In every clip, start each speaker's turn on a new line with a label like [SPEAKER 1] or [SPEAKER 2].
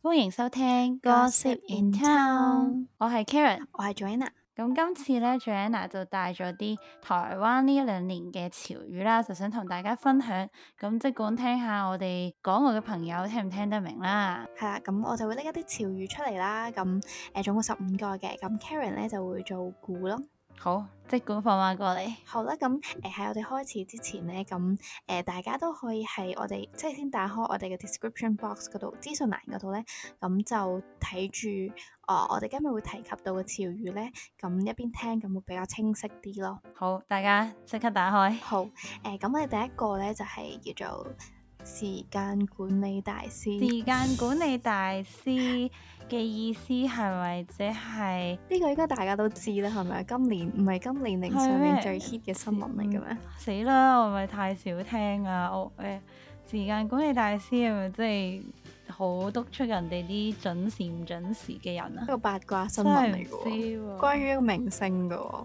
[SPEAKER 1] 歡迎收聽
[SPEAKER 2] Gossip in Town
[SPEAKER 1] 我係 Karen。
[SPEAKER 2] 我係 Joanna，
[SPEAKER 1] 咁今次咧，Joanna 就帶咗啲台灣呢一兩年嘅潮語啦，就想同大家分享。咁即管聽下我哋港澳嘅朋友聽唔聽得明啦。
[SPEAKER 2] 係啦，咁我就會拎一啲潮語出嚟啦，咁誒、呃總共十五個嘅，咁 Karen 咧就會做估咯。
[SPEAKER 1] 好，即管放馬過嚟。
[SPEAKER 2] 好啦，咁誒喺我哋開始之前咧，咁誒、呃大家都可以喺我哋即係先打開我哋嘅 description box 嗰度資訊欄嗰度咧，咁就睇住哦我哋今日會提及到嘅潮語咧，咁一邊聽咁會比較清晰啲咯。
[SPEAKER 1] 好，大家即刻打開。
[SPEAKER 2] 好，誒、呃咁我哋第一個咧就係、叫做時間管理大師。
[SPEAKER 1] 時間管理大師嘅意思係咪即係
[SPEAKER 2] 呢個應該大家都知啦，係咪啊？今年唔係今年零上
[SPEAKER 1] 係咩嗯
[SPEAKER 2] 年最 hit 嘅新聞嚟嘅咩？
[SPEAKER 1] 死啦？我係咪太少聽啊！我誒、時間管理大師係咪即係好督促人哋啲準時唔準時嘅人啊
[SPEAKER 2] 一？個八卦新聞嚟
[SPEAKER 1] 真
[SPEAKER 2] 嘅喎，
[SPEAKER 1] 係唔知喎。
[SPEAKER 2] 關於一個明星嘅喎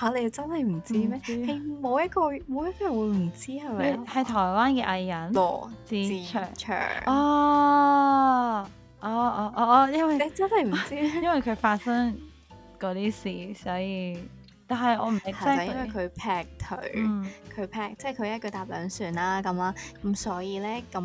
[SPEAKER 2] 嚇，你哋真係唔知咩
[SPEAKER 1] 嗯唔？知啊
[SPEAKER 2] 係冇一個冇一個人會唔知係咪
[SPEAKER 1] 咩
[SPEAKER 2] 啊？
[SPEAKER 1] 係台灣嘅藝人
[SPEAKER 2] 羅
[SPEAKER 1] 志
[SPEAKER 2] 志
[SPEAKER 1] 祥。
[SPEAKER 2] 祥，
[SPEAKER 1] 哦哦哦哦哦，因為
[SPEAKER 2] 你真係唔 知咩？
[SPEAKER 1] 因為佢發生嗰啲事，所以但係啊我唔
[SPEAKER 2] 係咪因為
[SPEAKER 1] exactly
[SPEAKER 2] 佢劈腿？
[SPEAKER 1] 嗯
[SPEAKER 2] 佢劈，即係佢一句搭兩船啦咁啦，咁所以咧咁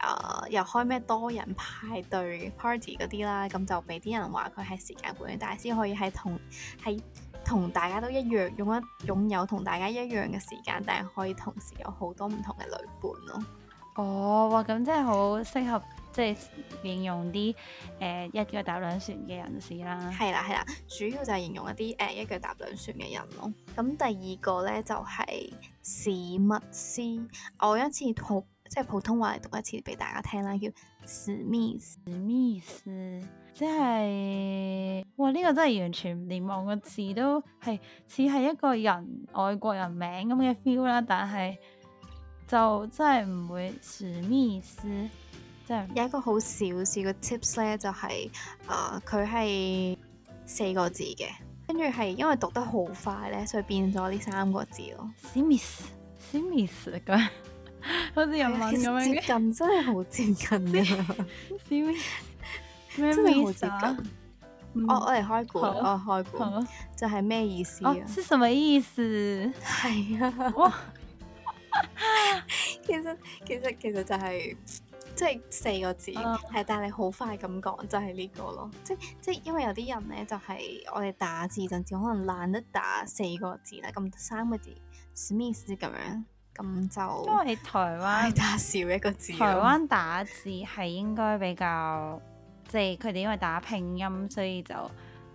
[SPEAKER 2] 誒又開咩多人派對 party 嗰啲啦，咁就俾啲人話佢係時間管理大師，可以係同係同大家都一樣，擁一擁有同大家一樣嘅時間，但係可以同時有好多唔同嘅旅伴咯。
[SPEAKER 1] 哦，哇！咁真係好適合即係形容啲誒、呃一腳踏兩船嘅人士啦。
[SPEAKER 2] 係啦係啦，主要就係形容一啲誒、一腳踏兩船嘅人咯。咁第二個咧就係、事密斯，我有一次普即係普通話嚟讀一次俾大家聽啦，叫史密斯。
[SPEAKER 1] 咩意思？即係哇！呢、個真係完全連望個字都係似係一個人外國人名咁嘅 feel 啦，但係就真係唔會史密斯，即係
[SPEAKER 2] 有一個好小事嘅 tips 咧，就係誒佢係四個字嘅，跟住係因為讀得好快咧，所以變咗呢三個字咯。
[SPEAKER 1] 史密斯史密斯咁樣，好似人文咁
[SPEAKER 2] 其實 接
[SPEAKER 1] 樣
[SPEAKER 2] 近真係好接近嘅，
[SPEAKER 1] 嘅史密斯咩
[SPEAKER 2] 真係好
[SPEAKER 1] miss
[SPEAKER 2] 接
[SPEAKER 1] 啊？
[SPEAKER 2] 近。
[SPEAKER 1] 嗯
[SPEAKER 2] 哦我我嚟開估，
[SPEAKER 1] 好
[SPEAKER 2] 我開估
[SPEAKER 1] 好
[SPEAKER 2] 就係咩意思啊
[SPEAKER 1] 哦，？是什麼意思？
[SPEAKER 2] 係啊，
[SPEAKER 1] 哇，
[SPEAKER 2] 其實其實其實就係即係四個字，
[SPEAKER 1] 啊
[SPEAKER 2] 係但係你好快咁講就係呢個咯。即即因為有啲人咧就係我哋打字陣時可能懶得打四個字啦，咁三個字 Smith 咁樣，咁
[SPEAKER 1] 因
[SPEAKER 2] 就
[SPEAKER 1] 為台
[SPEAKER 2] 係
[SPEAKER 1] 灣
[SPEAKER 2] 打少一個字咯。
[SPEAKER 1] 台灣打字係應該比較，即係佢哋因為打拼音，所以就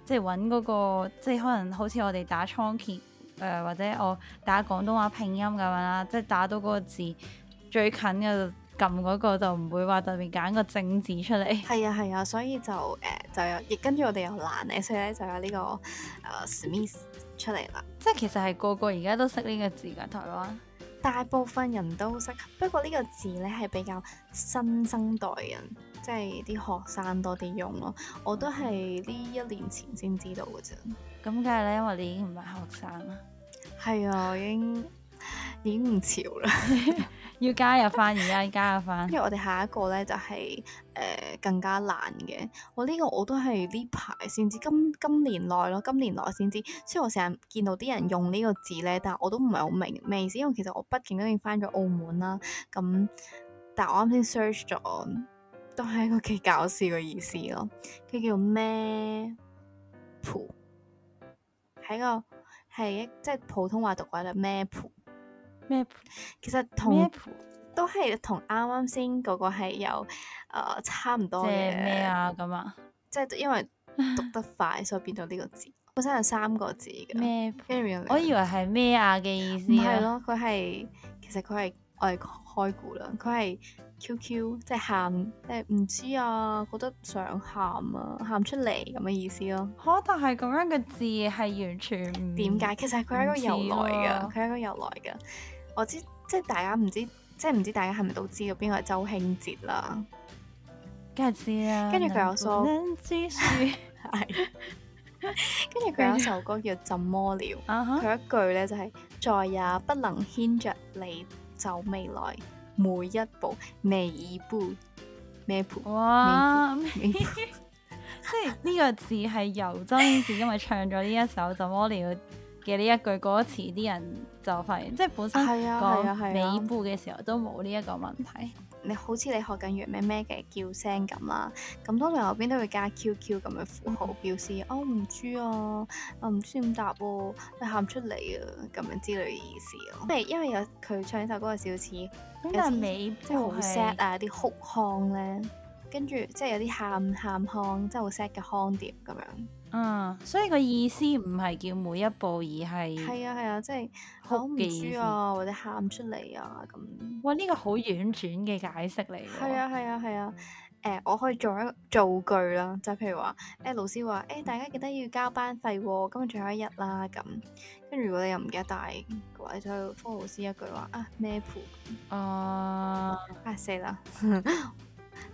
[SPEAKER 1] 即係揾嗰個，即係可能好似我哋打倉頡誒、呃或者我打廣東話拼音咁樣啦，即係打到嗰個字最近嘅就撳嗰個就唔會話特別揀個正字出 嚟。
[SPEAKER 2] 係啊係啊，所以就誒、就有，亦跟住我哋又懶咧，所以咧就有呢、個誒、Smith 出嚟啦。
[SPEAKER 1] 即係其實係個個而家都識呢個字㗎，台灣。
[SPEAKER 2] 大部分人都識，不過呢個字呢係比較新生代人，即係啲學生多啲用咯。我都係呢一年前先知道嘅啫。
[SPEAKER 1] 咁梗係咧，因為你已經唔係學生啦，
[SPEAKER 2] 係啊，我已經已經唔潮啦。
[SPEAKER 1] 要加入翻而家加入翻
[SPEAKER 2] 跟。住我哋下一個呢，就係、呃更加難嘅。我呢個我都係呢排先知，今今年內咯，今年內先知。雖然我成日見到啲人用呢個字呢，但我都唔係好明咩意思，因為其實我畢竟都已經翻咗澳門啦。咁，但我啱先 search 咗，都係一個幾搞笑嘅意思咯。佢叫咩蒲？係一個係一即係普通話讀鬼啦咩蒲？
[SPEAKER 1] 咩
[SPEAKER 2] 其實
[SPEAKER 1] 咩
[SPEAKER 2] 同都係同啱啱先嗰個係有誒、呃差唔多
[SPEAKER 1] 即係咩
[SPEAKER 2] 嘅，
[SPEAKER 1] 啊咁啊？
[SPEAKER 2] 即係因為讀得快，所以變咗呢個字。本身有三個字嘅，
[SPEAKER 1] 咩？
[SPEAKER 2] 跟住變咗兩個
[SPEAKER 1] 我以為係咩啊嘅意
[SPEAKER 2] 唔
[SPEAKER 1] 思
[SPEAKER 2] 係
[SPEAKER 1] 啊？
[SPEAKER 2] 咯，佢係其實佢係我哋開估啦，佢係 QQ 即係喊，即係唔知啊，覺得想喊啊，喊出嚟咁嘅意思咯。
[SPEAKER 1] 可但係咁樣嘅字係完全唔
[SPEAKER 2] 點解？其實佢係一個由
[SPEAKER 1] 嗯唔
[SPEAKER 2] 來嘅，
[SPEAKER 1] 似
[SPEAKER 2] 佢係一個由來嘅。我知即係大家唔知，即係唔知大家係咪都知道邊個係周興哲啦。
[SPEAKER 1] 梗係知啦。
[SPEAKER 2] 跟住佢有
[SPEAKER 1] 能
[SPEAKER 2] 梳
[SPEAKER 1] 不能繼 續
[SPEAKER 2] 係。啊跟住佢有一首歌叫《怎麼了》，
[SPEAKER 1] 啊哈
[SPEAKER 2] 佢一句咧就係、再也不能牽着你走未來每一步每一步。咩盤
[SPEAKER 1] 哇！咁
[SPEAKER 2] 咩盤
[SPEAKER 1] 即係呢個字係由周星馳因為唱咗呢一首《怎麼了》嘅呢一句歌詞，啲人就發現，即係本身
[SPEAKER 2] 係啊係啊
[SPEAKER 1] 講
[SPEAKER 2] 係啊
[SPEAKER 1] 尾部嘅時候都冇呢一個問題。
[SPEAKER 2] 你好似你學緊粵咩咩嘅叫聲咁啦，咁通常後邊都會加 QQ 咁樣符號表示，哦唔知啊，啊唔知點答喎、你喊出嚟啊，咁樣之類嘅意思咯。即係因為有佢唱呢首歌嘅少似，即
[SPEAKER 1] 咁但係尾
[SPEAKER 2] 係
[SPEAKER 1] 部
[SPEAKER 2] 好
[SPEAKER 1] 係
[SPEAKER 2] sad 啊，有啲哭腔咧，跟住即係有啲喊喊腔，即係好 sad 嘅腔調咁樣。
[SPEAKER 1] 嗯，所以個意思唔係叫每一步，而係
[SPEAKER 2] 係啊係啊，即係
[SPEAKER 1] 嗯哭
[SPEAKER 2] 我唔
[SPEAKER 1] 嘅意
[SPEAKER 2] 知
[SPEAKER 1] 思
[SPEAKER 2] 啊，或者喊出嚟啊咁。
[SPEAKER 1] 哇呢個好婉轉嘅解釋嚟㗎
[SPEAKER 2] 係
[SPEAKER 1] 喎。
[SPEAKER 2] 啊係啊係啊！誒、我可以做一個造句啦，就係譬如話，誒、老師話，誒、大家記得要交班費喎、今日最後一日啦咁。跟住如果你又唔記得帶嘅話，你就去科老師一句話啊咩鋪
[SPEAKER 1] 啊，
[SPEAKER 2] 啊死啦，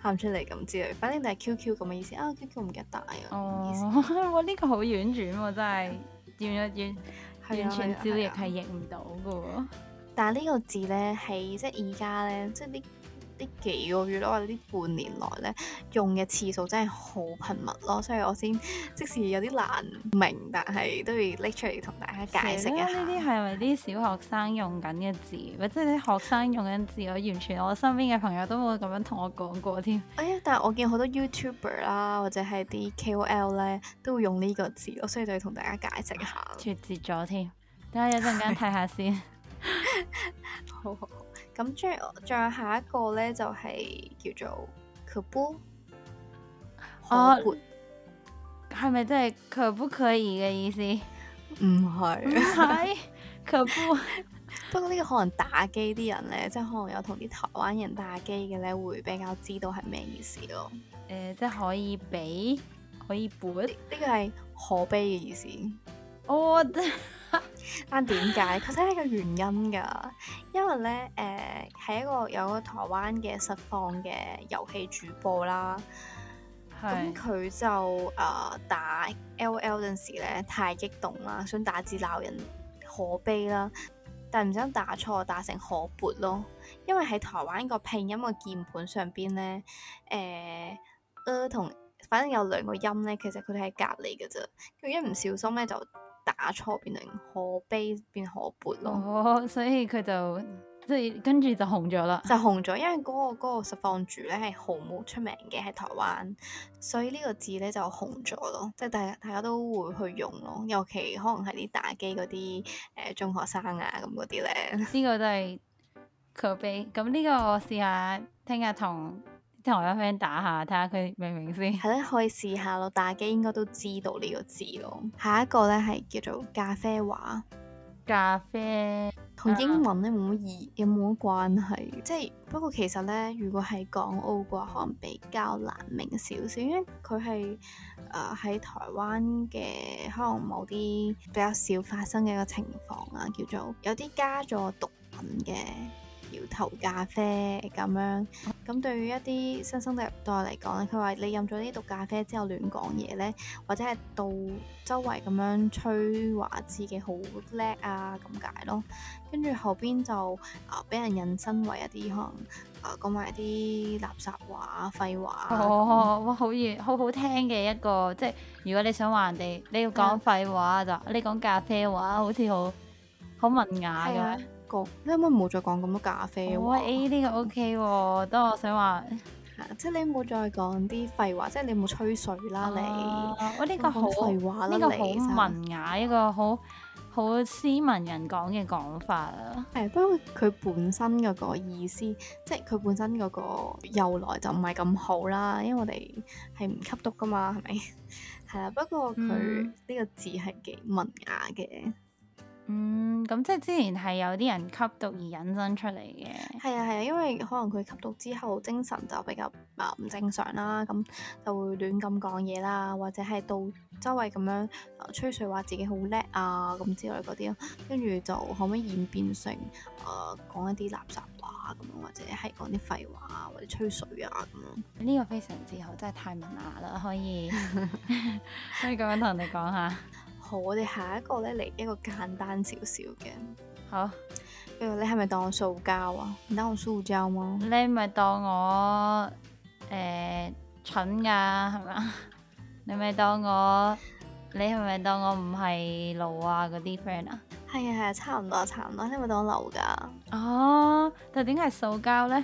[SPEAKER 2] 喊出嚟咁之類，反正就係 QQ 咁嘅意思啊，QQ 唔記得帶啊，咁嘅意思
[SPEAKER 1] 哦， 哇呢個好婉轉喎，真係完完
[SPEAKER 2] 係
[SPEAKER 1] 完
[SPEAKER 2] 啊係
[SPEAKER 1] 全
[SPEAKER 2] 啊
[SPEAKER 1] 照啊
[SPEAKER 2] 係
[SPEAKER 1] 譯
[SPEAKER 2] 啊
[SPEAKER 1] 係譯唔到㗎喎。
[SPEAKER 2] 但係呢個字咧，係即係而家咧，即係呢呢幾個月咯，或者呢半年來咧，用嘅次數真係好頻密咯，所以我先即使有啲難明，但係都要拎出嚟同大家解釋一
[SPEAKER 1] 呢啲係
[SPEAKER 2] 下。
[SPEAKER 1] 咪啲小學生用緊嘅字，或者啲學生用緊字？我完全我身邊嘅朋友都冇咁樣同我講過 添。
[SPEAKER 2] 哎呀，但係我見好多 YouTuber 啦，或者係啲 KOL 咧，都會用呢個字咯，所以就要同大家解釋一下。
[SPEAKER 1] 脱節咗添。等下一陣間睇下先。
[SPEAKER 2] 好好好，咁最仲有下一個咧，就係、叫做可波
[SPEAKER 1] 哦
[SPEAKER 2] 可撥，
[SPEAKER 1] 係咪真係可不可以嘅 意思？
[SPEAKER 2] 唔
[SPEAKER 1] 唔
[SPEAKER 2] 嗯係。
[SPEAKER 1] 係，可不
[SPEAKER 2] 不過呢個可能打機啲人咧，即係可能有同啲台灣人打機嘅咧，會比較知道係咩意思咯。
[SPEAKER 1] 誒，
[SPEAKER 2] 呢
[SPEAKER 1] 即係可以俾，可以撥。
[SPEAKER 2] 呢個係可悲嘅意思，
[SPEAKER 1] 哦，
[SPEAKER 2] 但點解？佢真係一個原因㗎，因為咧誒係一個有個台灣嘅實況嘅遊戲主播啦，
[SPEAKER 1] 係
[SPEAKER 2] 咁佢就誒、呃打 L L 陣時咧太激動啦，想打字鬧人可悲啦，但唔想打錯，打成可撥咯。因為喺台灣個拼音個鍵盤上邊咧，誒、呃、同反正有兩個音咧，其實佢哋喺隔離嘅啫。跟住一唔小心咧就打錯，變成可悲變可撥咯。
[SPEAKER 1] 哦，所以佢就即係跟住就紅咗啦。
[SPEAKER 2] 就紅咗，因為嗰、個嗰、個實況主咧係毫無出名嘅喺台灣，所以呢個字咧就紅咗咯，即係大大家都會去用咯，尤其可能係啲打機嗰啲誒中學生啊咁嗰啲咧，
[SPEAKER 1] 呢個真係可悲。咁呢個我試下聽日同同我有 friend 打下，睇下佢明唔明先。
[SPEAKER 2] 係咧可以試下咯，打機應該都知道呢個字咯。下一個咧係叫做咖啡話，
[SPEAKER 1] 咖啡
[SPEAKER 2] 同英文咧冇乜意，有冇乜關係？即係不過其實咧，如果係港澳嘅話，可能比較難明少少，因為佢係誒呃喺台灣嘅可能某啲比較少發生嘅一個情況啊，叫做有啲加咗毒品嘅搖頭咖啡咁樣。咁對於一啲新生代入代嚟講咧，佢話你飲咗呢毒咖啡之後亂講嘢咧，或者係到周圍咁樣吹話自己好叻啊咁解咯。跟住後邊就啊俾、人引申為一啲可能啊講埋啲垃圾話啊、廢話啊咁
[SPEAKER 1] 哦，哇，好完好好聽嘅一個，即係如果你想話人哋，你要講廢話就，你講咖啡話，好似好好文雅咁哦
[SPEAKER 2] 係啊
[SPEAKER 1] 樣。
[SPEAKER 2] 個，你可唔可以冇再講咁多咖啡
[SPEAKER 1] 哇
[SPEAKER 2] 話？
[SPEAKER 1] ，A 呢個 OK 喎，當我想話
[SPEAKER 2] 係啊即係你冇再講啲廢話，即係你冇吹水啦，
[SPEAKER 1] 啊哇呢
[SPEAKER 2] 你
[SPEAKER 1] 個好
[SPEAKER 2] 冇講廢話啦，
[SPEAKER 1] 呢個
[SPEAKER 2] 你
[SPEAKER 1] 好文雅，一個好好斯文人講嘅講法啊。
[SPEAKER 2] 係，不過佢本身嗰個意思，即係佢本身嗰個由來就唔係咁好啦，因為我哋係唔吸毒噶嘛，係咪？ 係啊啦，不過佢
[SPEAKER 1] 嗯
[SPEAKER 2] 呢個字係幾文雅嘅，
[SPEAKER 1] 嗯，咁即係之前係有啲人吸毒而引申出嚟嘅。
[SPEAKER 2] 係啊係啊，因為可能佢吸毒之後精神就比較啊唔正常啦，咁就會亂咁講嘢啦，或者係到周圍咁樣啊吹水話自己好叻啊咁之類嗰啲咯，跟住就可唔可以演變成啊講一啲垃圾話咁樣，或者係講啲廢話啊或者吹水啊咁樣。
[SPEAKER 1] 呢個非常之好，真係太文雅啦，可 以可以咁樣同人哋講下。
[SPEAKER 2] 好，我哋下一個咧嚟一個簡單少少嘅。
[SPEAKER 1] 好，
[SPEAKER 2] 譬如你係咪當我塑膠啊？你當我塑膠嗎？
[SPEAKER 1] 你咪當我誒、誒蠢㗎係咪 啊？你咪當我，你係咪當我唔係路啊嗰啲 friend 啊？
[SPEAKER 2] 係啊係啊，差唔多差唔多，你係咪當流㗎？
[SPEAKER 1] 哦，但點解係塑膠咧？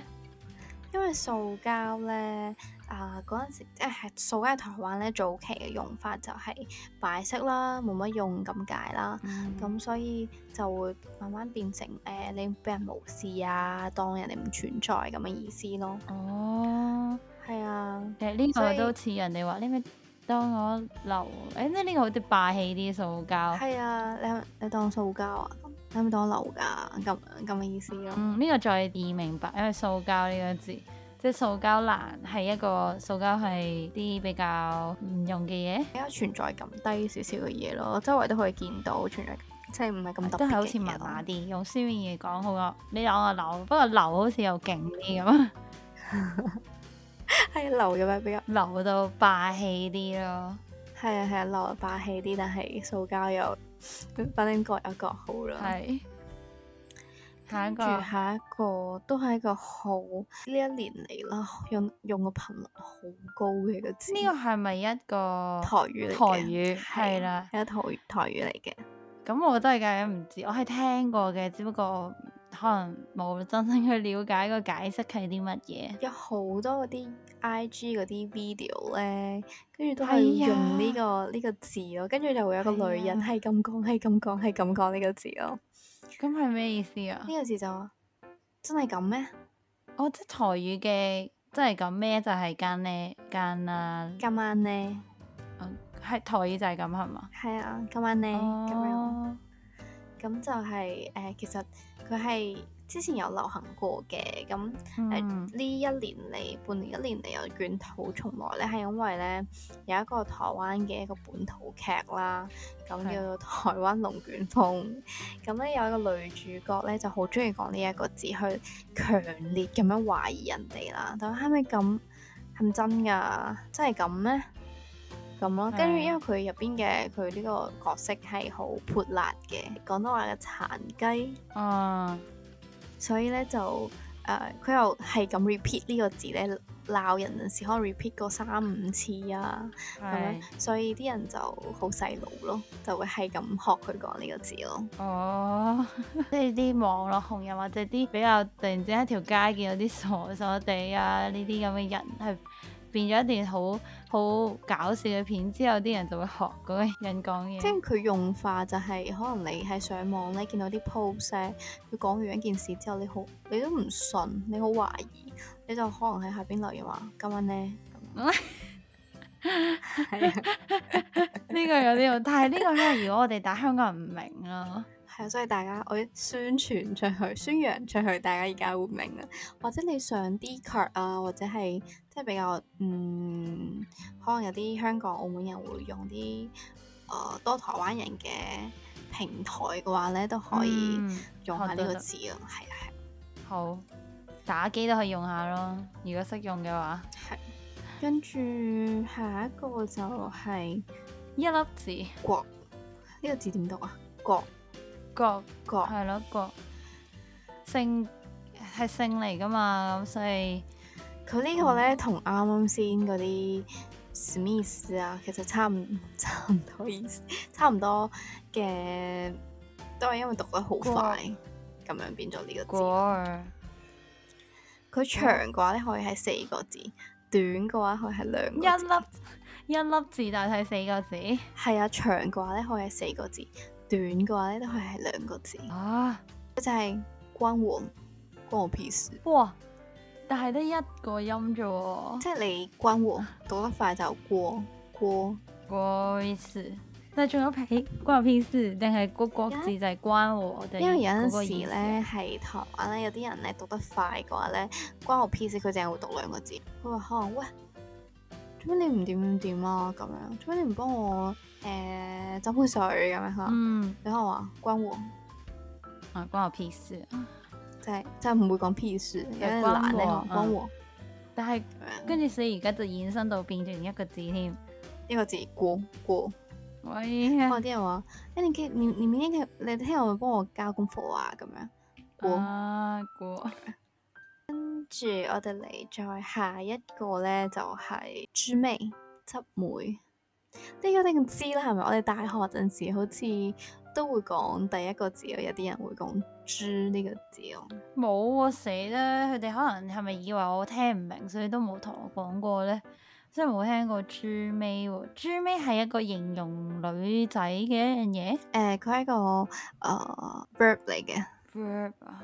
[SPEAKER 2] 因為塑膠咧，啊嗰陣時即係塑膠喺台灣咧早期嘅用法就係擺飾啦，冇乜用咁解啦。
[SPEAKER 1] 嗯
[SPEAKER 2] 咁、所以就會慢慢變成誒、呃你俾人無視啊，當人哋唔存在咁嘅意思咯。
[SPEAKER 1] 哦，
[SPEAKER 2] 係啊，
[SPEAKER 1] 誒呢
[SPEAKER 2] 所
[SPEAKER 1] 個
[SPEAKER 2] 以
[SPEAKER 1] 都似人哋話你咪當我流，誒呢呢個好似霸氣啲塑膠。
[SPEAKER 2] 係啊，你係咪你當塑膠啊？你係咪當流㗎？咁咁嘅意思咯。
[SPEAKER 1] 嗯，呢、個再易明白，因為塑膠呢個字，即係塑膠欄係一個塑膠係啲比較唔用嘅嘢，
[SPEAKER 2] 比較存在感低少少嘅嘢咯，周圍都可以見到存在感，即係唔係咁特別
[SPEAKER 1] 都係
[SPEAKER 2] 係
[SPEAKER 1] 好似麻麻啲，用書面語講好過你講我流，不過流好似又勁啲咁，
[SPEAKER 2] 係流嘅咩比較
[SPEAKER 1] 流到霸氣啲咯，
[SPEAKER 2] 係啊係啊，流霸氣啲，但係塑膠又反正各有各好啦。
[SPEAKER 1] 係。下一
[SPEAKER 2] 跟住
[SPEAKER 1] 個
[SPEAKER 2] 下一個都係一個好呢一年嚟啦，用用嘅頻率好高嘅一個字。
[SPEAKER 1] 呢個係咪一個
[SPEAKER 2] 台語嚟嘅
[SPEAKER 1] 台語係啦
[SPEAKER 2] 係一啊台語台語嚟嘅。
[SPEAKER 1] 咁我都係㗎，唔知我係聽過嘅，只不過可能冇真正去了解個解釋係啲乜嘢。
[SPEAKER 2] 有好多嗰啲 IG 嗰啲 video 咧，跟住都係
[SPEAKER 1] 係啊
[SPEAKER 2] 用呢、個呢、個字咯，跟住就會有一個女人
[SPEAKER 1] 係啊
[SPEAKER 2] 係咁講，係咁講，係咁講呢個字咯。
[SPEAKER 1] 咁係咩意思啊
[SPEAKER 2] 呢、？個字就話真係咁咩？
[SPEAKER 1] 哦，即係台語嘅，即係咁咩就係間呢間啊，
[SPEAKER 2] 今晚呢？
[SPEAKER 1] 哦係台語就係咁係嘛？
[SPEAKER 2] 係啊，今晚呢？咁、樣
[SPEAKER 1] 哦，
[SPEAKER 2] 咁就係、呃其實佢係之前有流行過嘅，咁誒
[SPEAKER 1] 嗯
[SPEAKER 2] 呢一年嚟半年一年嚟有捲土重來咧，係因為咧有一個台灣嘅一個本土劇啦，咁
[SPEAKER 1] 係
[SPEAKER 2] 叫做《台灣龍捲風》， 咁咧有一個女主角咧就好中意講呢一個字，去強烈咁樣懷疑人哋啦，就話係咪咁係咪真㗎？真係咁咩？咁咯，跟住
[SPEAKER 1] 係
[SPEAKER 2] 因為佢入邊嘅佢呢個角色係好潑辣嘅，廣東話嘅殘雞。
[SPEAKER 1] 啊，
[SPEAKER 2] 所以咧就誒，呃佢、又係咁 repeat 呢個字咧，鬧人陣時可能 repeat 過三五次啊，咁
[SPEAKER 1] 係
[SPEAKER 2] 樣，所以啲人就好洗腦咯，就會係咁學佢講呢個字咯。
[SPEAKER 1] 哦， 即係啲網絡紅人或者啲比較突然之間喺條街見到啲傻傻地啊呢啲咁嘅人，係變咗一段好好搞笑嘅片之後，啲人就會學嗰個人講
[SPEAKER 2] 即
[SPEAKER 1] 嘢。
[SPEAKER 2] 係佢用法就係、可能你喺上網咧見到啲 post 咧，佢講完一件事之後，你好你都唔信，你好懷疑，你就可能喺下邊留言話今晚咧咁樣。 係啊，
[SPEAKER 1] 呢個有啲好，但係呢個咧，如果我哋打香港人唔明咯。
[SPEAKER 2] 係啊，所以大家我宣傳出去、 宣揚出去，大家而家會明啦。或者你上 d c a r 啊，或者係即係比較嗯，可能有啲香港、澳門人會用啲誒、呃多台灣人嘅平台嘅話咧，都可以
[SPEAKER 1] 嗯
[SPEAKER 2] 用下
[SPEAKER 1] 學
[SPEAKER 2] 呢
[SPEAKER 1] 到
[SPEAKER 2] 個
[SPEAKER 1] 得
[SPEAKER 2] 字咯。係啊，係啊
[SPEAKER 1] 好，打機都可以用下咯，如果識用嘅話，
[SPEAKER 2] 係。啊跟住下一個就係、
[SPEAKER 1] 一粒字
[SPEAKER 2] 國呢、個字點讀啊？國
[SPEAKER 1] 國
[SPEAKER 2] 國
[SPEAKER 1] 係咯國，姓係姓嚟噶嘛，咁所以
[SPEAKER 2] 佢呢個咧同啱啱先嗰啲 Smith 啊，其實差唔 差唔多意思，差唔多嘅，都係因為讀得好快，咁樣變咗呢個字。
[SPEAKER 1] 果
[SPEAKER 2] 佢長嘅話咧可以係四個字，短嘅話可以係兩
[SPEAKER 1] 一
[SPEAKER 2] 個字。
[SPEAKER 1] 粒一粒字，但係四個字
[SPEAKER 2] 係啊，長嘅話咧可以係四個字，短嘅話咧都可以係兩個字。
[SPEAKER 1] 啊！
[SPEAKER 2] 佢就係關我關我屁事，
[SPEAKER 1] 哇，但係得一個音啫喎，
[SPEAKER 2] 即係你關我讀得快就過過。
[SPEAKER 1] 果思。但係仲有屁關我屁事，定係個國字就係關我哋
[SPEAKER 2] 因為有
[SPEAKER 1] 嗰
[SPEAKER 2] 陣
[SPEAKER 1] 個
[SPEAKER 2] 時
[SPEAKER 1] 意思啊
[SPEAKER 2] 咧，係台灣咧，有啲人咧讀得快嘅話咧，關我 P 事，佢淨係會讀兩個字。佢話可能喂，做咩你唔點點點啊咁樣？做咩你唔幫我誒斟杯水咁樣？可能
[SPEAKER 1] 嗯
[SPEAKER 2] 你可能話關我，
[SPEAKER 1] 啊關我屁事，
[SPEAKER 2] 即係即係唔會講 P 事，有
[SPEAKER 1] 係
[SPEAKER 2] 啲
[SPEAKER 1] 關
[SPEAKER 2] 難咧
[SPEAKER 1] 我
[SPEAKER 2] 可能關
[SPEAKER 1] 嗯
[SPEAKER 2] 我
[SPEAKER 1] 但係
[SPEAKER 2] 咁樣
[SPEAKER 1] 跟住所以而家就衍生到變成一個字添。
[SPEAKER 2] 一個字過過。
[SPEAKER 1] 喂，
[SPEAKER 2] 可能啲人話誒你記你你明天
[SPEAKER 1] 啊
[SPEAKER 2] 你聽日會幫我交功課啊咁樣過。
[SPEAKER 1] 啊，果
[SPEAKER 2] 跟住我哋嚟再下一個咧，就係豬味汁妹。呢個一定知啦，係咪？我哋大學嗰陣時好似都會講第一個字咯，有啲人會講豬呢個字哦咯。
[SPEAKER 1] 冇啊死啦！佢哋可能係咪以為我聽唔明，所以都冇同我講過咧？真係冇聽過豬尾喎，豬尾係一個形容女仔嘅一樣嘢。
[SPEAKER 2] 誒、佢係一個誒、呃 verb 嚟嘅，
[SPEAKER 1] verb 啊，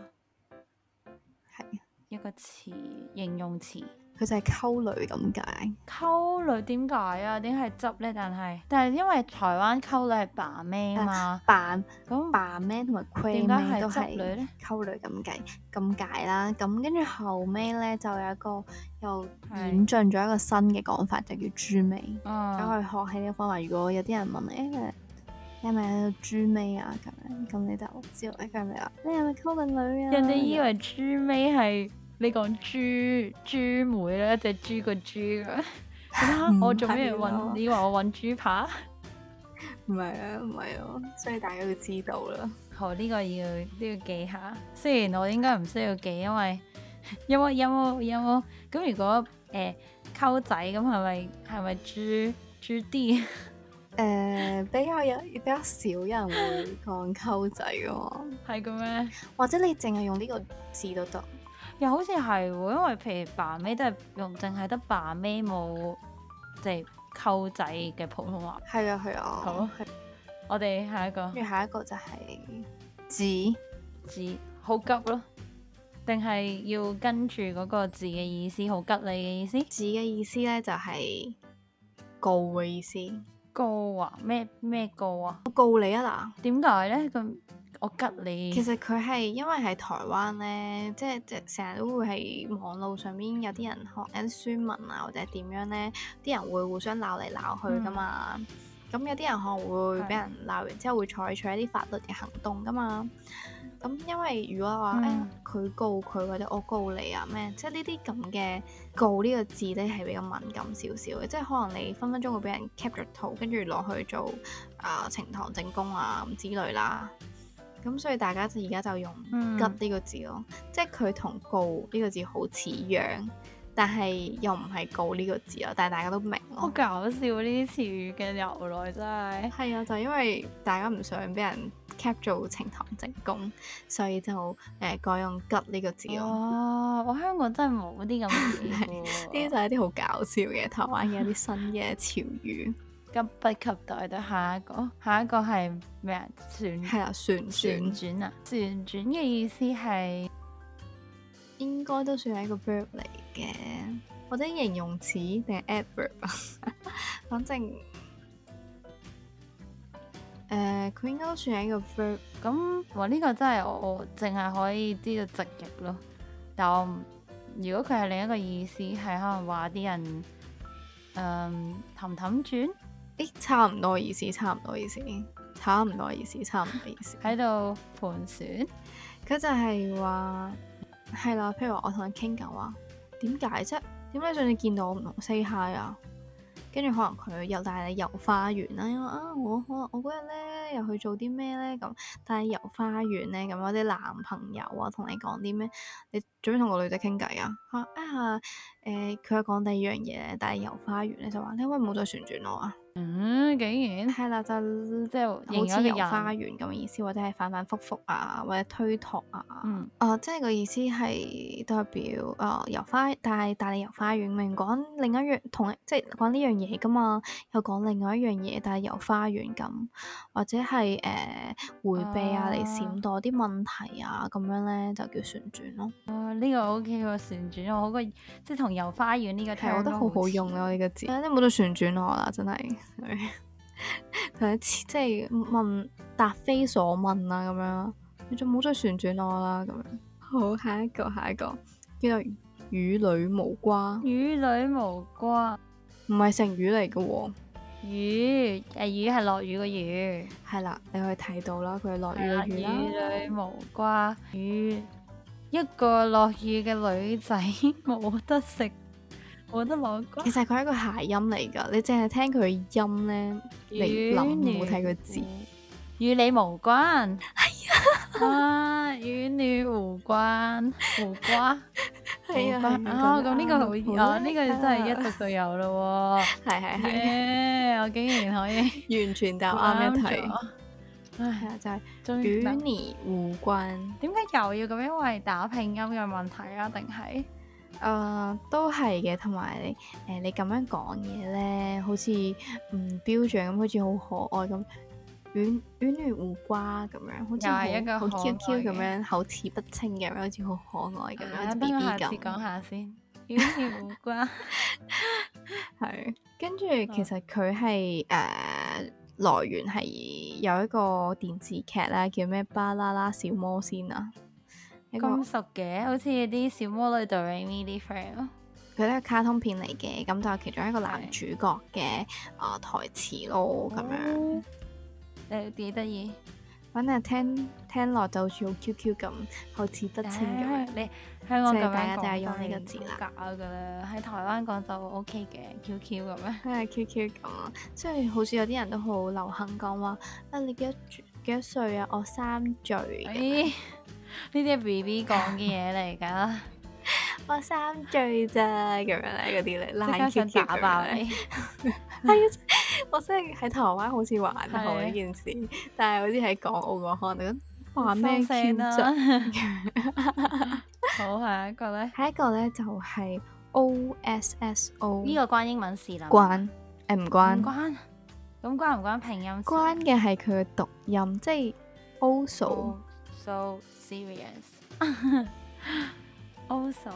[SPEAKER 2] 係
[SPEAKER 1] 一個詞形容詞。
[SPEAKER 2] 佢就係溝女咁解。
[SPEAKER 1] 溝女點解啊？點解係執咧？但係但係因為台灣溝女係把咩啊嘛，
[SPEAKER 2] 扮
[SPEAKER 1] 咁
[SPEAKER 2] 扮 man 同埋 queer
[SPEAKER 1] 點解
[SPEAKER 2] man
[SPEAKER 1] 係
[SPEAKER 2] 都
[SPEAKER 1] 執
[SPEAKER 2] 係
[SPEAKER 1] 女。咧？
[SPEAKER 2] 溝女咁計咁解啦，咁跟住後尾咧就有一個又
[SPEAKER 1] 係
[SPEAKER 2] 演進咗一個新嘅講法，就叫豬尾。咁
[SPEAKER 1] 啊，
[SPEAKER 2] 去學起呢個方法，如果有啲人問你，誒你係咪喺度豬尾啊？咁樣咁你就知道誒佢係咪話你係咪溝緊女啊？
[SPEAKER 1] 人哋以為豬尾係你講豬豬妹咧，一隻豬個豬咁。 啊
[SPEAKER 2] 唔
[SPEAKER 1] 我做咩
[SPEAKER 2] 係
[SPEAKER 1] 揾？
[SPEAKER 2] 咯
[SPEAKER 1] 你以為我揾豬扒？
[SPEAKER 2] 唔係啊，唔係咯，所以大家要知道啦。
[SPEAKER 1] 好，呢、個要都要記下。雖然我應該唔需要記，因為 有冇有冇有冇咁。如果誒溝、仔咁，係咪係咪豬豬啲？
[SPEAKER 2] 誒、比較有比較少人會講溝仔嘅喎，
[SPEAKER 1] 係咁咩？
[SPEAKER 2] 或者你淨係用呢個字都得。
[SPEAKER 1] 又好似係喎，因為譬如爸咩都係用，淨係得爸咩冇即係溝仔嘅普通話。
[SPEAKER 2] 係啊，係啊。
[SPEAKER 1] 好
[SPEAKER 2] 係
[SPEAKER 1] 我哋下一個
[SPEAKER 2] 跟住下一個就係字，
[SPEAKER 1] 字好急咯，定係要跟住嗰個字嘅意思，好吉利嘅意思？
[SPEAKER 2] 字嘅意思咧就係告嘅意思，
[SPEAKER 1] 告啊？咩咩告啊？
[SPEAKER 2] 我告你啊
[SPEAKER 1] 點解咧？咁我吉你
[SPEAKER 2] 嗱，其實佢係因為喺台灣咧，即係即係成日都會喺網路上面有啲人學有啲書文啊，或者點樣咧，啲人會互相鬧嚟鬧去噶嘛。咁有啲人可能會俾
[SPEAKER 1] 嗯係
[SPEAKER 2] 人鬧完之後會採取一啲法律嘅行動噶嘛。咁因為如果話誒
[SPEAKER 1] 嗯
[SPEAKER 2] 佢告佢或者我告你啊咩，即係呢啲咁嘅告呢個字咧係比較敏感少少嘅，即係可能你分分鐘會俾人 cap 咗圖，跟住攞去做啊、呈堂證供啊咁之類啦。咁所以大家就而家就用
[SPEAKER 1] 嗯
[SPEAKER 2] 吉呢個字咯，即係佢同告呢個字好似樣，但係又唔係告呢個字咯，但係大家都明
[SPEAKER 1] 好
[SPEAKER 2] 咯。
[SPEAKER 1] 搞笑呢啲詞語嘅由來真係。
[SPEAKER 2] 係啊，就因為大家唔想俾人 cap 做呈堂證供，所以就誒、呃改用吉呢個字咯。
[SPEAKER 1] 哦哇！我香港真係冇啲咁嘅
[SPEAKER 2] 呢啲
[SPEAKER 1] 嘢
[SPEAKER 2] 就係一啲好搞笑嘅台灣嘅一啲新嘅潮語，
[SPEAKER 1] 喎，急不及待到下一個，下一個係咩啊？旋
[SPEAKER 2] 係啦，旋
[SPEAKER 1] 旋
[SPEAKER 2] 轉
[SPEAKER 1] 轉啊！旋轉嘅意思係
[SPEAKER 2] 應該都算係一個 verb 嚟嘅，或者形容詞定係 adverb 啊， 反正誒佢、呃應該都算係一個 verb，
[SPEAKER 1] 咁，哇！呢個真係我我淨係可以知道直譯咯，但我唔如果佢係另一個意思，係可能話啲人誒氹氹轉。
[SPEAKER 2] 誒差唔多意思，差唔多意思，差唔多意思，差唔多意思，
[SPEAKER 1] 喺度盤旋，
[SPEAKER 2] 佢就係話係啦，譬如話我同佢傾緊話，點解啫？點解上次見到我唔同 say hi 啊？跟住可能佢又帶你遊花園啦，因為啊我可能我嗰日咧又去做啲咩咧咁，但係遊花園咧咁有啲男朋友啊同你講啲咩，你做咩同個女仔傾偈啊？嚇啊誒佢又講第二樣嘢，但係遊花園咧就話你可唔可以唔好再旋轉我啊？
[SPEAKER 1] 嗯，竟然
[SPEAKER 2] 係啦，就
[SPEAKER 1] 即係
[SPEAKER 2] 好
[SPEAKER 1] 形
[SPEAKER 2] 似遊
[SPEAKER 1] 容
[SPEAKER 2] 花
[SPEAKER 1] 花，
[SPEAKER 2] 園咁嘅意思，或者係反反覆覆啊，或者推托啊。
[SPEAKER 1] 嗯，
[SPEAKER 2] 哦，即係個意思係代表哦，遊花，但係但係遊花園明明講另一樣同一即係講呢樣嘢噶嘛，又講另外一樣嘢，但係遊花園咁，或者係誒、呃、迴避啊，嚟閃
[SPEAKER 1] 啊
[SPEAKER 2] 躲啲問題啊，咁樣咧就叫旋轉咯。
[SPEAKER 1] 哇呢個 O K 喎，旋轉我好過即係同遊花園呢個
[SPEAKER 2] 係，我
[SPEAKER 1] term
[SPEAKER 2] 覺
[SPEAKER 1] 都
[SPEAKER 2] 得好好
[SPEAKER 1] 似
[SPEAKER 2] 用啊咯呢個字。你冇得旋轉我啦，真係。 同你切即係問答非所問啦，咁樣啦，你仲冇再旋轉我啦，咁樣。好，下一個，下一個叫做與女無瓜，
[SPEAKER 1] 魚女無瓜，
[SPEAKER 2] 唔係成語嚟嘅喎。
[SPEAKER 1] 魚誒魚係落雨個魚，
[SPEAKER 2] 係啦，你可以睇到啦，佢係落雨
[SPEAKER 1] 係啦
[SPEAKER 2] 嘅雨啦。
[SPEAKER 1] 魚女無瓜，魚一個落雨嘅女仔 冇得食，冇得攞瓜
[SPEAKER 2] 其，實佢係一個諧音嚟㗎，你淨係聽佢音咧嚟諗，
[SPEAKER 1] 魚
[SPEAKER 2] 冇睇佢字。
[SPEAKER 1] 與你無關，啊，與你無關，無瓜，無
[SPEAKER 2] 係啊
[SPEAKER 1] 關
[SPEAKER 2] 係
[SPEAKER 1] 啊！
[SPEAKER 2] 啊
[SPEAKER 1] 咁呢個好
[SPEAKER 2] 講得啱
[SPEAKER 1] 啊，呢個真係
[SPEAKER 2] 好叻啊
[SPEAKER 1] 一讀就有咯
[SPEAKER 2] 係係
[SPEAKER 1] 喎。
[SPEAKER 2] 係，
[SPEAKER 1] 耶！我竟然可以
[SPEAKER 2] 完全就啱一題。
[SPEAKER 1] 啱咗。
[SPEAKER 2] 係
[SPEAKER 1] 唉，
[SPEAKER 2] 啊，就係
[SPEAKER 1] 終於
[SPEAKER 2] 與
[SPEAKER 1] 明
[SPEAKER 2] 你無關。
[SPEAKER 1] 點解又要咁？因為打拼音嘅問題啊，定係
[SPEAKER 2] 誒、呃都係嘅，同埋你誒、你咁樣講嘢咧，好似唔標準咁，好似好可愛咁，軟軟如胡瓜咁樣，好似
[SPEAKER 1] 又係一個
[SPEAKER 2] 好
[SPEAKER 1] 可
[SPEAKER 2] 好 Q Q
[SPEAKER 1] 愛嘅
[SPEAKER 2] 咁樣，口齒不清咁樣，好似好可愛咁樣，
[SPEAKER 1] 啊
[SPEAKER 2] 好似
[SPEAKER 1] 等
[SPEAKER 2] B
[SPEAKER 1] 我
[SPEAKER 2] B
[SPEAKER 1] 下次
[SPEAKER 2] 咁
[SPEAKER 1] 講。下先。與你無關。
[SPEAKER 2] 係，跟住
[SPEAKER 1] 嗯
[SPEAKER 2] 其實佢係誒來源係有一個電視劇啦，叫咩《巴啦啦小魔仙》啊，一個
[SPEAKER 1] 咁熟嘅，好似啲小魔女 Doremi 啲 friend 咯。
[SPEAKER 2] 佢咧卡通片嚟嘅，咁就有其中一個男
[SPEAKER 1] 係
[SPEAKER 2] 主角嘅啊、台詞咯，咁樣。
[SPEAKER 1] 哦。誒幾得意，
[SPEAKER 2] 反正聽聽落就好似好 Q Q 咁，口齒不清咁
[SPEAKER 1] 唉
[SPEAKER 2] 樣。
[SPEAKER 1] 你香港
[SPEAKER 2] 即係
[SPEAKER 1] 咁
[SPEAKER 2] 大
[SPEAKER 1] 樣講
[SPEAKER 2] 家就係用
[SPEAKER 1] 就
[SPEAKER 2] 呢個
[SPEAKER 1] 係
[SPEAKER 2] 字
[SPEAKER 1] 好
[SPEAKER 2] 啦
[SPEAKER 1] 假㗎啦，喺台灣講就 OK 嘅，Q Q 咁樣。
[SPEAKER 2] 真係 Q Q 咁啊！即係好似有啲人都好流行講話啊，你幾多幾多歲啊？我三歲咁樣，
[SPEAKER 1] 咦？呢啲係 B B 講嘅嘢嚟㗎，
[SPEAKER 2] 我三歲咋咁樣咧，嗰啲 咧
[SPEAKER 1] 即刻
[SPEAKER 2] 爛 Q
[SPEAKER 1] 想
[SPEAKER 2] Q
[SPEAKER 1] 打
[SPEAKER 2] 咁
[SPEAKER 1] 爆
[SPEAKER 2] 樣咧。
[SPEAKER 1] 你。
[SPEAKER 2] 係啊， 我真係喺台灣好似還好
[SPEAKER 1] 係
[SPEAKER 2] 呢件事，但係好似喺港澳嗰行度話咩
[SPEAKER 1] 收聲啊
[SPEAKER 2] Q
[SPEAKER 1] 啦
[SPEAKER 2] 啫？
[SPEAKER 1] 好，下一個咧，
[SPEAKER 2] 下一個咧就係 O S S O
[SPEAKER 1] 呢個關英文事啦。
[SPEAKER 2] 關誒唔關
[SPEAKER 1] 唔關？咁關唔關拼音事？
[SPEAKER 2] 關嘅係佢嘅讀音，即係 also
[SPEAKER 1] Oh, so serious. also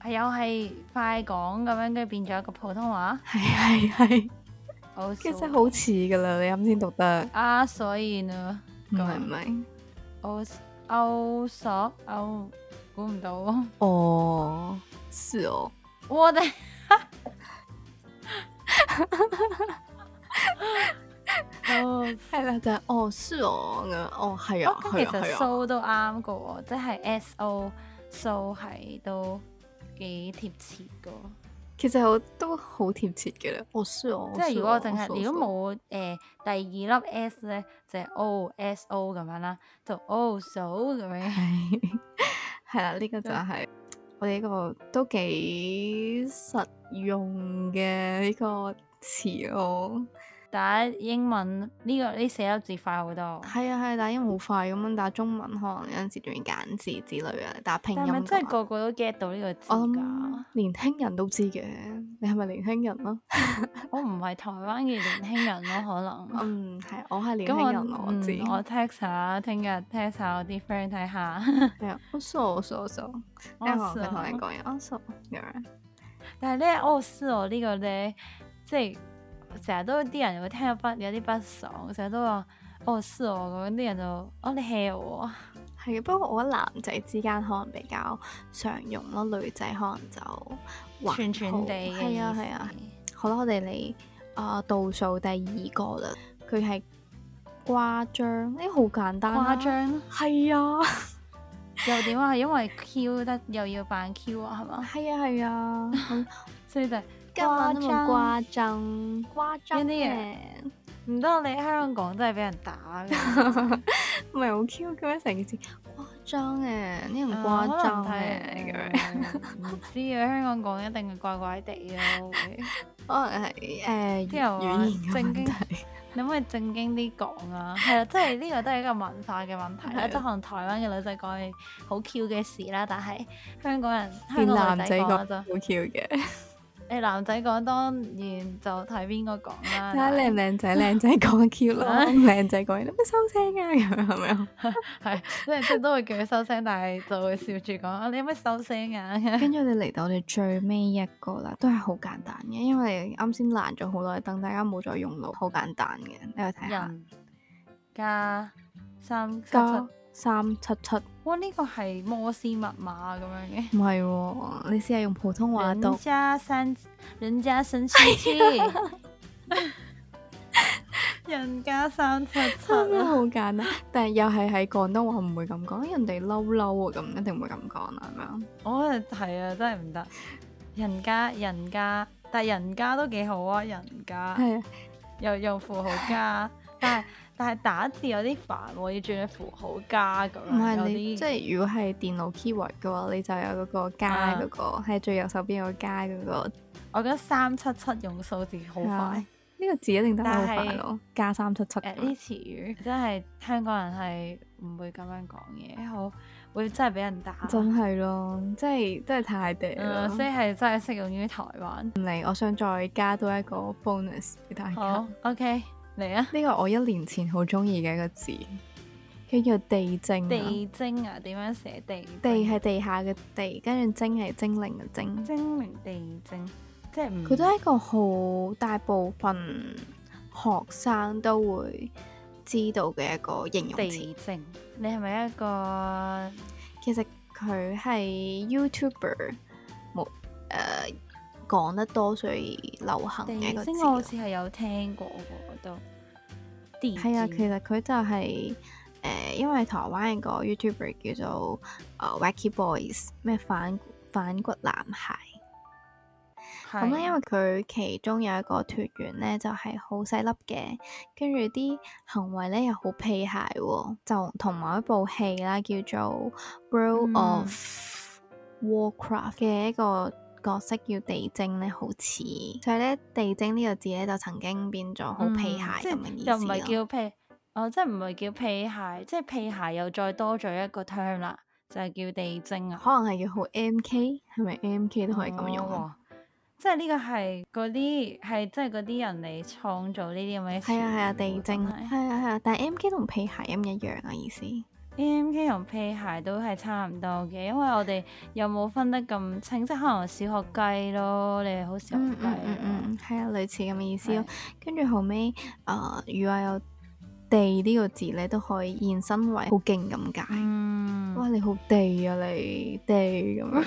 [SPEAKER 1] 係又係快講咁樣，跟住變咗一個普通話。
[SPEAKER 2] 係係 係，
[SPEAKER 1] Also
[SPEAKER 2] 其實好似噶啦，你啱先讀得
[SPEAKER 1] 啊，所以呢
[SPEAKER 2] 唔係唔係
[SPEAKER 1] ，also also 哦估唔到喎，
[SPEAKER 2] 哦，是哦，
[SPEAKER 1] 我 哋
[SPEAKER 2] 啊
[SPEAKER 1] 哦，
[SPEAKER 2] 係啦，就係哦是哦咁樣，哦係
[SPEAKER 1] 哦
[SPEAKER 2] 啊
[SPEAKER 1] 咁
[SPEAKER 2] 係
[SPEAKER 1] 其
[SPEAKER 2] 啊係
[SPEAKER 1] 實
[SPEAKER 2] 啊，
[SPEAKER 1] so 都啱噶喎，即係 S O so 係都幾貼切噶喎。
[SPEAKER 2] 其實我都好貼切嘅啦，哦是哦，
[SPEAKER 1] 即係如果我淨
[SPEAKER 2] 是哦
[SPEAKER 1] 係如果冇誒、呃第二粒 S 咧，就係 O S O 咁樣啦，就 O 數咁樣。
[SPEAKER 2] 係係啦，呢個就係我哋一個都幾實用嘅呢個詞咯。
[SPEAKER 1] 打英文呢、個呢四粒字快好多，
[SPEAKER 2] 係啊係，打英文好快咁樣打中文，可能有陣時仲要揀字之類啊，打拼音嗯
[SPEAKER 1] 但係咪
[SPEAKER 2] 嘅
[SPEAKER 1] 真係
[SPEAKER 2] 話。
[SPEAKER 1] 個個都 get 到呢個字
[SPEAKER 2] 我諗
[SPEAKER 1] 㗎？
[SPEAKER 2] 年輕人都知嘅，你係咪年輕人啊咯？
[SPEAKER 1] 我唔係台灣嘅年輕人咯，可能。
[SPEAKER 2] 嗯，係， 我係年
[SPEAKER 1] 咁
[SPEAKER 2] 輕
[SPEAKER 1] 我
[SPEAKER 2] 人，啊我知。
[SPEAKER 1] 嗯我 text 下，聽日 text 下我啲 friend 睇下。
[SPEAKER 2] 係啊，我傻我傻我傻，因為我佢同你講嘢，我傻咁樣。
[SPEAKER 1] 但係咧，我思我呢個咧，即係成日都啲人會聽到不有啲不爽，成日都話我思我咁樣，啲人就哦你 hea 我，
[SPEAKER 2] 係嘅，不過我覺得男仔之間可能比較常用咯，女仔可能就還
[SPEAKER 1] 串串
[SPEAKER 2] 好
[SPEAKER 1] 地嘅意
[SPEAKER 2] 係啊係啊，
[SPEAKER 1] 思
[SPEAKER 2] 好啦，我哋嚟啊倒數第二個啦，佢係誇張，呢、好簡單、啊，
[SPEAKER 1] 誇張咯，
[SPEAKER 2] 係啊，
[SPEAKER 1] 又點啊？係因為 Q 得又要扮 Q 啊，係嘛？
[SPEAKER 2] 係啊係啊，
[SPEAKER 1] 所以就係
[SPEAKER 2] 今晚都
[SPEAKER 1] 誇張
[SPEAKER 2] 冇誇張，誇張
[SPEAKER 1] 呢啲
[SPEAKER 2] 嘅
[SPEAKER 1] 嘢，唔得，你喺香港真係俾人打嘅，
[SPEAKER 2] 唔係好 Q 咁樣成件事，誇張嘅，呢 個唔
[SPEAKER 1] 啊
[SPEAKER 2] 誇張嘅咁樣，
[SPEAKER 1] 可能睇唔知啊，香港講一定係怪怪地啊。 會
[SPEAKER 2] 可能係誒
[SPEAKER 1] 啲人話
[SPEAKER 2] 語言嘅
[SPEAKER 1] 正
[SPEAKER 2] 問
[SPEAKER 1] 經
[SPEAKER 2] 題。
[SPEAKER 1] 你可唔可以正經啲講啊？係啦，即係呢個都係一個文化嘅問題
[SPEAKER 2] 係啊
[SPEAKER 1] 啦。即係可能台灣嘅女仔講係好 Q 嘅事啦，但係香港 人香
[SPEAKER 2] 變
[SPEAKER 1] 港女
[SPEAKER 2] 男
[SPEAKER 1] 仔
[SPEAKER 2] 仔
[SPEAKER 1] 講
[SPEAKER 2] 講
[SPEAKER 1] 啦
[SPEAKER 2] 都
[SPEAKER 1] 就
[SPEAKER 2] 好 Q 嘅，
[SPEAKER 1] 你男仔講當然就睇邊個講啦。
[SPEAKER 2] 睇下靚唔靚仔，靚仔講 Q 咯，
[SPEAKER 1] 唉
[SPEAKER 2] 唔靚仔講嘢都咩收聲啊咁樣係咪啊？
[SPEAKER 1] 係即係即係都會叫佢收聲，但係就會笑住講 啊，你有咩收聲啊？
[SPEAKER 2] 跟住我哋嚟到我哋最尾一個啦，都係好簡單嘅，因為啱先爛咗好耐，等大家冇再用腦，好簡單嘅，你去睇下。
[SPEAKER 1] 人加三七
[SPEAKER 2] 加
[SPEAKER 1] 七，
[SPEAKER 2] 三七七，
[SPEAKER 1] 哇！呢個係摩斯密碼咁樣嘅。
[SPEAKER 2] 唔係喎，你試下用普通話讀
[SPEAKER 1] 人，家三，人家 三七七， 人家三七七
[SPEAKER 2] 真係
[SPEAKER 1] 啊！
[SPEAKER 2] 好簡單。但係又係喺廣東話唔會咁講，人哋嬲嬲啊咁，一定唔會咁講啦，係咪啊？
[SPEAKER 1] 我係啊，真係唔得。人家人家，但係人家都幾好啊，人家
[SPEAKER 2] 係啊，
[SPEAKER 1] 又又符號加，但係但係打字有啲煩喎，要轉去符號加咁
[SPEAKER 2] 唔
[SPEAKER 1] 樣，有
[SPEAKER 2] 係你，
[SPEAKER 1] 啲
[SPEAKER 2] 即係如果係電腦 keyword 嘅話，你就有嗰個加
[SPEAKER 1] 啊
[SPEAKER 2] 嗰個，喺最右手邊嗰個加嗰個。
[SPEAKER 1] 我覺得三七七用數字好
[SPEAKER 2] 啊
[SPEAKER 1] 快。
[SPEAKER 2] 呢個字一定得好
[SPEAKER 1] 但
[SPEAKER 2] 快
[SPEAKER 1] 係
[SPEAKER 2] 咯，加三七七
[SPEAKER 1] 誒
[SPEAKER 2] 啊咁樣。
[SPEAKER 1] 呢啲詞語真係香港人係唔會咁樣講嘢，好會真係俾人打。
[SPEAKER 2] 真係咯，即係真係太嗲啦。
[SPEAKER 1] 嗯，所以係真係適用於台灣。
[SPEAKER 2] 唔理，我想再加多一個 bonus 俾大家
[SPEAKER 1] 好。，OK，嚟啊！
[SPEAKER 2] 呢個我一年前好中意嘅一個字，叫做地精啊。
[SPEAKER 1] 地精啊，點樣寫地精？
[SPEAKER 2] 地係地下嘅地，跟住精係精靈嘅精。
[SPEAKER 1] 精明地精，即係唔
[SPEAKER 2] 佢都係一個好大部分學生都會知道嘅一個形容詞。
[SPEAKER 1] 地精。你係咪一個
[SPEAKER 2] 哦其實佢係 YouTuber 冇誒講得多，所以流行嘅一個
[SPEAKER 1] 地
[SPEAKER 2] 字
[SPEAKER 1] 精？
[SPEAKER 2] 啊
[SPEAKER 1] 我好
[SPEAKER 2] 咯。
[SPEAKER 1] 似係有聽過喎，都地
[SPEAKER 2] 係啊，
[SPEAKER 1] 精
[SPEAKER 2] 其實佢就係、呃因為台灣有個 YouTuber 叫做誒 Wacky Boys，咩反反骨男孩。咁咧，因為佢其中有一個團員咧，就係好細粒嘅，跟住啲行為咧又好屁孩喎、就同埋一部戲啦，叫做《World
[SPEAKER 1] 嗯
[SPEAKER 2] of Warcraft》嘅一個角色叫地精咧，好似，所以咧地精呢個字咧就曾經變咗好屁
[SPEAKER 1] 嗯
[SPEAKER 2] 孩
[SPEAKER 1] 即
[SPEAKER 2] 咁
[SPEAKER 1] 係
[SPEAKER 2] 嘅意思啊
[SPEAKER 1] 又唔係
[SPEAKER 2] 咯
[SPEAKER 1] 叫屁，哦，即係唔係叫屁鞋，即係屁鞋又再多咗一個 term 啦，就係叫地精啊。
[SPEAKER 2] 可能係叫好 M K，係咪 M K 都可以咁用啊？
[SPEAKER 1] 哦即係呢個係嗰啲係即係嗰啲人嚟創造呢啲咁嘅詞語喎。
[SPEAKER 2] 係啊係啊，地精
[SPEAKER 1] 真係
[SPEAKER 2] 係啊係啊，但係 M K 同屁孩音一樣啊意思。
[SPEAKER 1] A.M.K 同屁鞋都係差唔多嘅，因為我哋又冇分得咁清，即係可能小學雞咯，你係好小學
[SPEAKER 2] 嗯
[SPEAKER 1] 雞
[SPEAKER 2] 嗯嗯
[SPEAKER 1] 咯。
[SPEAKER 2] 嗯，係啊，類似咁嘅意思咯
[SPEAKER 1] 係。
[SPEAKER 2] 跟住後尾，啊、如果有地呢個字咧，都可以延伸為好勁咁解。
[SPEAKER 1] 嗯，
[SPEAKER 2] 哇，你好地啊你地咁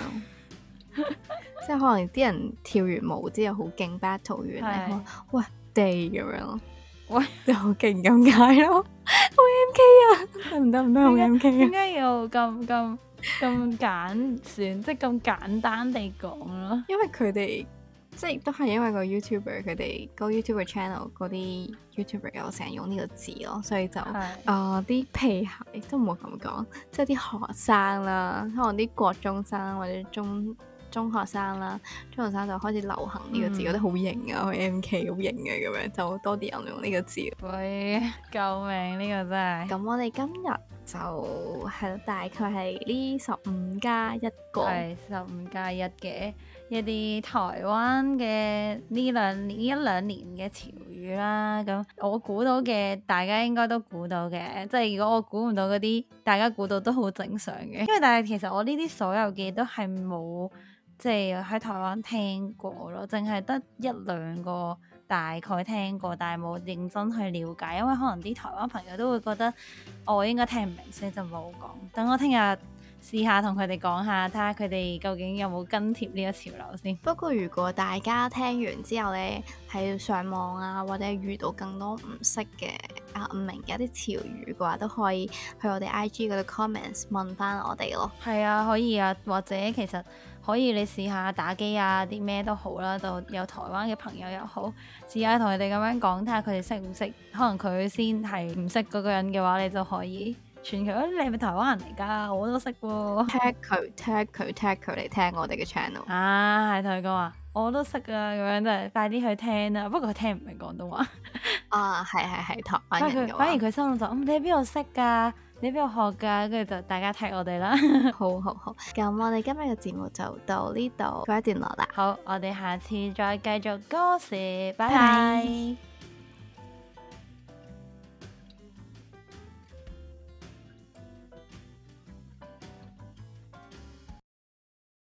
[SPEAKER 2] 樣，即係可能啲人跳完舞之後好勁 battle 完咧，
[SPEAKER 1] 係
[SPEAKER 2] 可能哇地咁樣咯，
[SPEAKER 1] 喂，
[SPEAKER 2] 就好勁咁解咯。好 M K 啊，唔得唔得，好 M K 啊
[SPEAKER 1] 點。解要咁咁咁簡選，即係咁簡單地講 咯？
[SPEAKER 2] 因為佢哋即係都係因為個 YouTuber 佢哋個 YouTuber channel 嗰啲 YouTuber 有成日用呢個字咯，所以就啊
[SPEAKER 1] 係。
[SPEAKER 2] 啲、屁孩都唔好咁講，即係啲學生啦，可能啲國中生或者中中學生啦，中學生就開始流行呢個字，
[SPEAKER 1] 嗯
[SPEAKER 2] 覺得好型啊，好 M K 好型嘅咁樣，就多啲人用呢個字。
[SPEAKER 1] 喂，救命！呢、個真係
[SPEAKER 2] 咁我哋今日就係咯大概係呢十五加一個，
[SPEAKER 1] 係十五加一嘅一啲台灣嘅呢兩年呢一兩年嘅潮語啦。咁我估到嘅，大家應該都估到嘅。即係如果我估唔到嗰啲，大家估到都好正常嘅。因為但係其實我呢啲所有嘅都係冇即係喺台灣聽過咯，淨係得一兩個。大概聽過，但係冇認真去了解，因為可能啲台灣朋友都會覺得哦我應該聽唔明，所以就冇講。等我聽日試下同佢哋講下，睇下佢哋究竟有冇跟貼呢個潮流先。
[SPEAKER 2] 不過如果大家聽完之後呢，喺上網啊，或者遇到更多唔識嘅啊唔明嘅一啲潮語嘅話，都可以去我哋 IG 嗰度 comments 問翻我哋咯。
[SPEAKER 1] 係啊，可以啊，或者其實可以你試下打機啊，啲咩都好啦，就有台灣嘅朋友又好，試下同佢哋咁樣講，睇下佢哋識唔識，可能佢先係唔識嗰個人嘅話，你就可以傳佢，啊你係咪台灣人嚟㗎？我都識 喎。
[SPEAKER 2] tag 佢，tag 佢，tag 佢嚟聽我哋嘅 channel。
[SPEAKER 1] 嗯啊，係同佢講話，我都識啊，咁樣真係快啲去聽啦。不過佢聽唔明廣東話。
[SPEAKER 2] 啊，係係係台灣
[SPEAKER 1] 但
[SPEAKER 2] 人
[SPEAKER 1] 係
[SPEAKER 2] 嘅
[SPEAKER 1] 佢反而
[SPEAKER 2] 話，
[SPEAKER 1] 佢心諗就，嗯，你喺邊度識㗎？你喺邊度學㗎？跟住就大家踢我哋 啦。
[SPEAKER 2] 好好好。咁我哋今日嘅節目就到呢度，告一段落啦。
[SPEAKER 1] 好，我哋下次再繼續歌時，拜
[SPEAKER 2] 拜拜
[SPEAKER 1] 拜。